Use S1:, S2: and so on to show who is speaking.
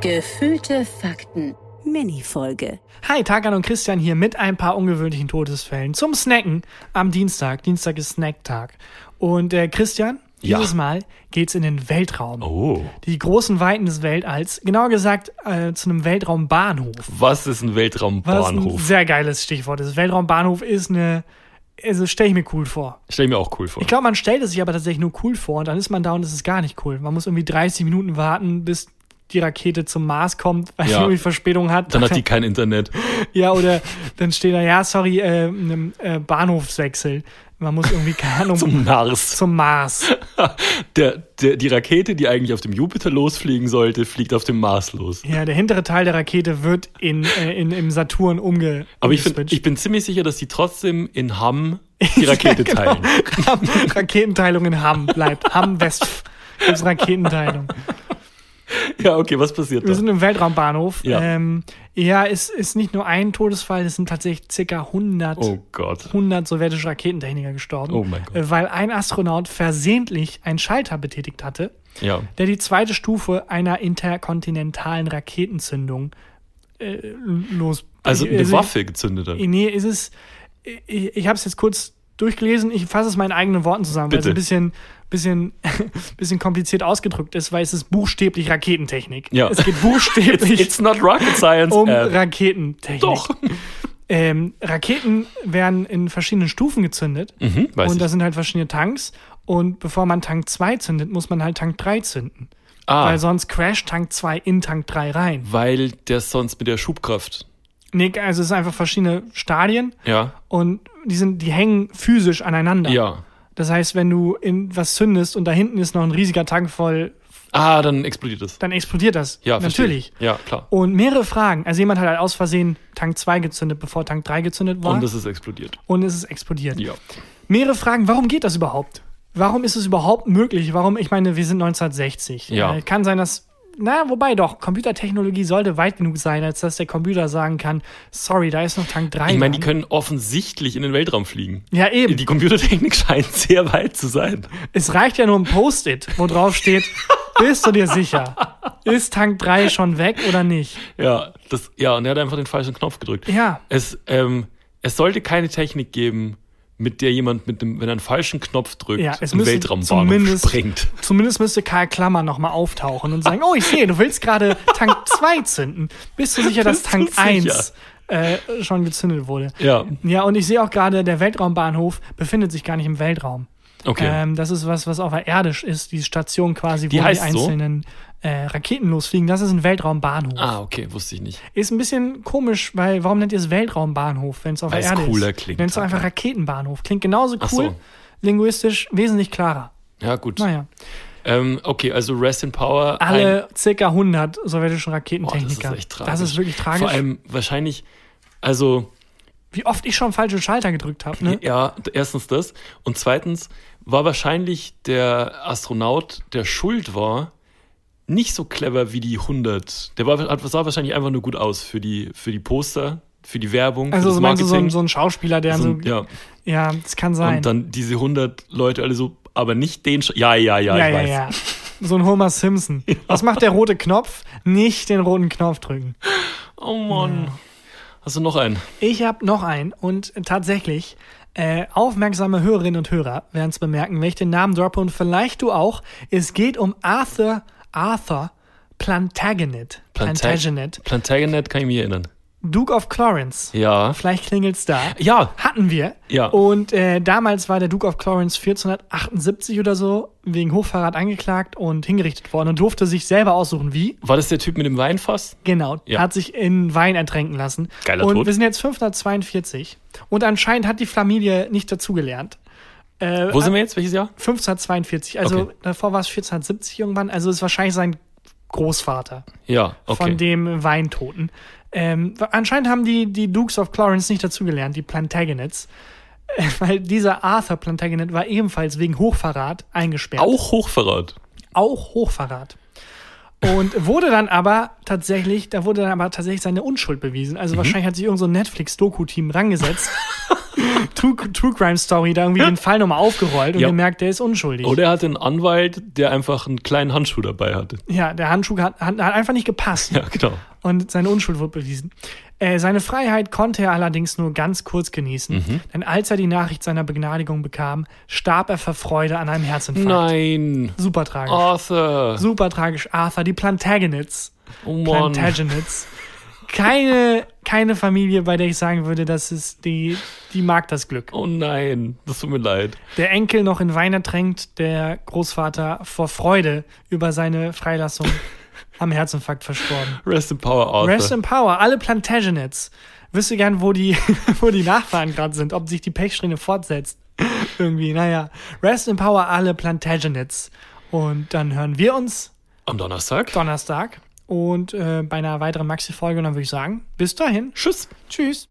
S1: Gefühlte Fakten. Mini-Folge.
S2: Hi, Tagan und Christian hier mit ein paar ungewöhnlichen Todesfällen zum Snacken am Dienstag. Dienstag ist Snacktag. Und äh, Christian,
S3: Ja.
S2: dieses Mal geht's in den Weltraum.
S3: Oh.
S2: Die großen Weiten des Weltalls, genauer gesagt äh, zu einem Weltraumbahnhof.
S3: Was ist ein
S2: Was ein
S3: Weltraumbahnhof?
S2: sehr geiles Stichwort ist. Weltraumbahnhof ist eine, also stelle ich mir cool vor.
S3: Stell mir auch cool vor.
S2: Ich glaube, man stellt es sich aber tatsächlich nur cool vor und dann ist man da und es ist gar nicht cool. Man muss irgendwie 30 Minuten warten, bis die Rakete zum Mars kommt, weil sie
S3: Ja.
S2: irgendwie Verspätung hat.
S3: Dann hat die kein Internet.
S2: Ja, oder dann steht da, ja, sorry, äh, einem, äh, Bahnhofswechsel. Man muss irgendwie, keine Ahnung, zum,
S3: Zum Nars.
S2: Mars.
S3: Der, der, die Rakete, die eigentlich auf dem Jupiter losfliegen sollte, fliegt auf dem Mars los.
S2: Ja, der hintere Teil der Rakete wird in, äh, in, im Saturn umge
S3: Aber ich, find,
S2: umgeswitcht.
S3: ich bin ziemlich sicher, dass die trotzdem in Hamm die Rakete
S2: genau.
S3: teilen.
S2: Raketenteilung in Hamm bleibt. Hamm-West ist Raketenteilung.
S3: Ja, okay, was passiert
S2: Wir
S3: da?
S2: sind im Weltraumbahnhof.
S3: Ja.
S2: ähm, ja es ist nicht nur ein Todesfall, es sind tatsächlich circa 100
S3: Oh Gott.
S2: 100 sowjetische Raketentechniker gestorben,
S3: Oh mein Gott.
S2: äh, weil ein Astronaut versehentlich einen Schalter betätigt hatte,
S3: Ja.
S2: der die zweite Stufe einer interkontinentalen Raketenzündung äh, los.
S3: Also eine
S2: Also-
S3: Waffe gezündet hat.
S2: Nee, ist es. Ich, ich habe es jetzt kurz durchgelesen. Ich fasse es mal in eigenen Worten zusammen, weil es
S3: Bitte.
S2: ein bisschen, bisschen, bisschen kompliziert ausgedrückt ist, weil es ist buchstäblich Raketentechnik.
S3: Ja.
S2: Es geht buchstäblich
S3: It's not rocket science.
S2: um
S3: äh,
S2: Raketentechnik.
S3: doch.
S2: Ähm, Raketen werden in verschiedenen Stufen gezündet.
S3: Mhm, weiß
S2: und da
S3: ich.
S2: sind halt verschiedene Tanks. Und bevor man Tank 2 zündet, muss man halt Tank 3 zünden.
S3: Ah,
S2: Weil sonst crasht Tank 2 in Tank 3 rein.
S3: weil der sonst mit der Schubkraft.
S2: Nee, also es ist einfach verschiedene Stadien
S3: Ja.
S2: und die sind, die hängen physisch aneinander.
S3: Ja.
S2: Das heißt, wenn du in was zündest und da hinten ist noch ein riesiger Tank voll,
S3: Ah, dann explodiert es.
S2: dann explodiert das.
S3: Ja, verstehe.
S2: natürlich.
S3: Ja, klar.
S2: Und mehrere Fragen. Also jemand hat halt aus Versehen Tank 2 gezündet, bevor Tank 3 gezündet war.
S3: Und es ist explodiert.
S2: und es ist explodiert.
S3: Ja.
S2: Mehrere Fragen, warum geht das überhaupt? Warum ist es überhaupt möglich? Warum, ich meine, wir sind 1960.
S3: Ja.
S2: Äh, Kann sein, dass, na, wobei doch, Computertechnologie sollte weit genug sein, als dass der Computer sagen kann, sorry, da ist noch Tank 3.
S3: Ich meine, die
S2: dran.
S3: können offensichtlich in den Weltraum fliegen.
S2: ja, eben.
S3: Die Computertechnik scheint sehr weit zu sein.
S2: Es reicht ja nur ein Post-it, wo drauf steht, bist du dir sicher? Ist Tank 3 schon weg oder nicht?
S3: Ja, das, ja, und er hat einfach den falschen Knopf gedrückt.
S2: Ja.
S3: Es, ähm, es sollte keine Technik geben, mit der jemand mit dem, wenn er einen falschen Knopf drückt,
S2: Ja, es
S3: im
S2: müsste
S3: Weltraumbahnhof
S2: zumindest-
S3: springt.
S2: Zumindest müsste Karl Klammer nochmal auftauchen und sagen, oh, ich sehe, du willst gerade Tank 2 zünden. Bist du sicher, dass
S3: Bist du
S2: Tank
S3: sicher?
S2: 1 äh, schon gezündet wurde?
S3: Ja,
S2: Ja, und ich sehe auch gerade, der Weltraumbahnhof befindet sich gar nicht im Weltraum.
S3: okay.
S2: Ähm, das ist was, was auf der Erde ist, die Station quasi,
S3: Die
S2: wo die
S3: heißt so?
S2: einzelnen äh, Raketen losfliegen. Das ist ein Weltraumbahnhof.
S3: ah, okay, wusste ich nicht.
S2: Ist ein bisschen komisch, weil warum nennt ihr es Weltraumbahnhof, wenn es auf
S3: Weil
S2: der
S3: es
S2: Erde
S3: cooler
S2: ist?
S3: klingt.
S2: Nennt es doch einfach Raketenbahnhof. Klingt genauso cool,
S3: Ach so.
S2: linguistisch wesentlich klarer.
S3: Ja, gut.
S2: Naja,
S3: Ähm, okay, also Rest in Power. ein-
S2: alle circa 100 sowjetische
S3: Boah, das ist
S2: Raketentechniker.
S3: echt tragisch.
S2: Das ist wirklich tragisch.
S3: Vor allem wahrscheinlich, also
S2: Wie oft ich schon falsche Schalter gedrückt habe. Ne?
S3: Ja, d- erstens das. Und zweitens war wahrscheinlich der Astronaut, der schuld war, nicht so clever wie die 100. Der war, hat, sah wahrscheinlich einfach nur gut aus für die, für die Poster, für die Werbung,
S2: Also
S3: für das
S2: so meinst du so ein,
S3: Marketing.
S2: so ein Schauspieler, der so, ja.
S3: ja.
S2: das kann sein.
S3: Und dann diese 100 Leute alle so, aber nicht den. Sch ja, ja,
S2: ja,
S3: ja, ich
S2: ja,
S3: weiß.
S2: ja. So ein Homer Simpson. Was macht der rote Knopf? Nicht den roten Knopf drücken.
S3: Oh Mann. Hast du noch einen?
S2: Ich habe noch einen und tatsächlich, äh, aufmerksame Hörerinnen und Hörer werden es bemerken, wenn ich den Namen droppe und vielleicht du auch. Es geht um Arthur, Arthur Plantagenet.
S3: Planta-
S2: Plantagenet.
S3: Plantagenet kann ich mich erinnern.
S2: Duke of Clarence.
S3: Ja.
S2: Vielleicht klingelt's da.
S3: Ja.
S2: Hatten wir.
S3: Ja.
S2: Und äh, damals war der Duke of Clarence 1478 oder so wegen Hochverrat angeklagt und hingerichtet worden und durfte sich selber aussuchen, wie.
S3: War das der Typ mit dem Weinfass?
S2: Genau,
S3: Ja.
S2: hat sich in Wein ertränken lassen.
S3: Geiler
S2: Und
S3: Tod.
S2: wir sind jetzt 542 und anscheinend hat die Familie nicht dazugelernt. Äh,
S3: Wo sind wir jetzt? Welches Jahr?
S2: 1542, also
S3: Okay.
S2: davor war es 1470 irgendwann, also ist wahrscheinlich sein Großvater
S3: Ja, okay.
S2: von dem Weintoten. Ähm, anscheinend haben die, die Dukes of Clarence nicht dazugelernt, die Plantagenets, äh, weil dieser Arthur Plantagenet war ebenfalls wegen Hochverrat eingesperrt.
S3: Auch Hochverrat.
S2: auch Hochverrat. Und wurde dann aber
S3: Mhm.
S2: tatsächlich, da wurde dann aber tatsächlich seine Unschuld bewiesen. Also wahrscheinlich hat sich irgend so ein Netflix-Doku-Team rangesetzt True, True Crime Story da irgendwie den Fall nochmal aufgerollt und
S3: Ja.
S2: gemerkt, der ist unschuldig.
S3: Oder er hatte einen Anwalt, der einfach einen kleinen Handschuh dabei hatte.
S2: Ja, der Handschuh hat, hat, hat einfach nicht gepasst
S3: Ja, genau.
S2: und seine Unschuld wurde bewiesen. Äh, seine Freiheit konnte er allerdings nur ganz kurz genießen,
S3: Mhm.
S2: denn als er die Nachricht seiner Begnadigung bekam, starb er vor Freude an einem Herzinfarkt.
S3: Nein, Oh.
S2: Super tragisch.
S3: Arthur.
S2: Super tragisch. Arthur, die Plantagenets.
S3: Oh Mann.
S2: Plantagenets. Keine, keine Familie, bei der ich sagen würde, das ist die, die mag das Glück.
S3: Oh nein, das tut mir leid.
S2: Der Enkel noch in Wein ertränkt, der Großvater vor Freude über seine Freilassung am Herzinfarkt verstorben.
S3: Rest in Power, Arthur.
S2: Rest in Power, alle Plantagenets. Wüsste gern, wo die, wo die Nachfahren gerade sind, ob sich die Pechsträhne fortsetzt. Irgendwie, naja. Rest in Power, alle Plantagenets. Und dann hören wir uns
S3: Am Donnerstag.
S2: Donnerstag und äh, bei einer weiteren Maxi-Folge. Und dann würde ich sagen, bis dahin.
S3: Tschüss.
S2: Tschüss.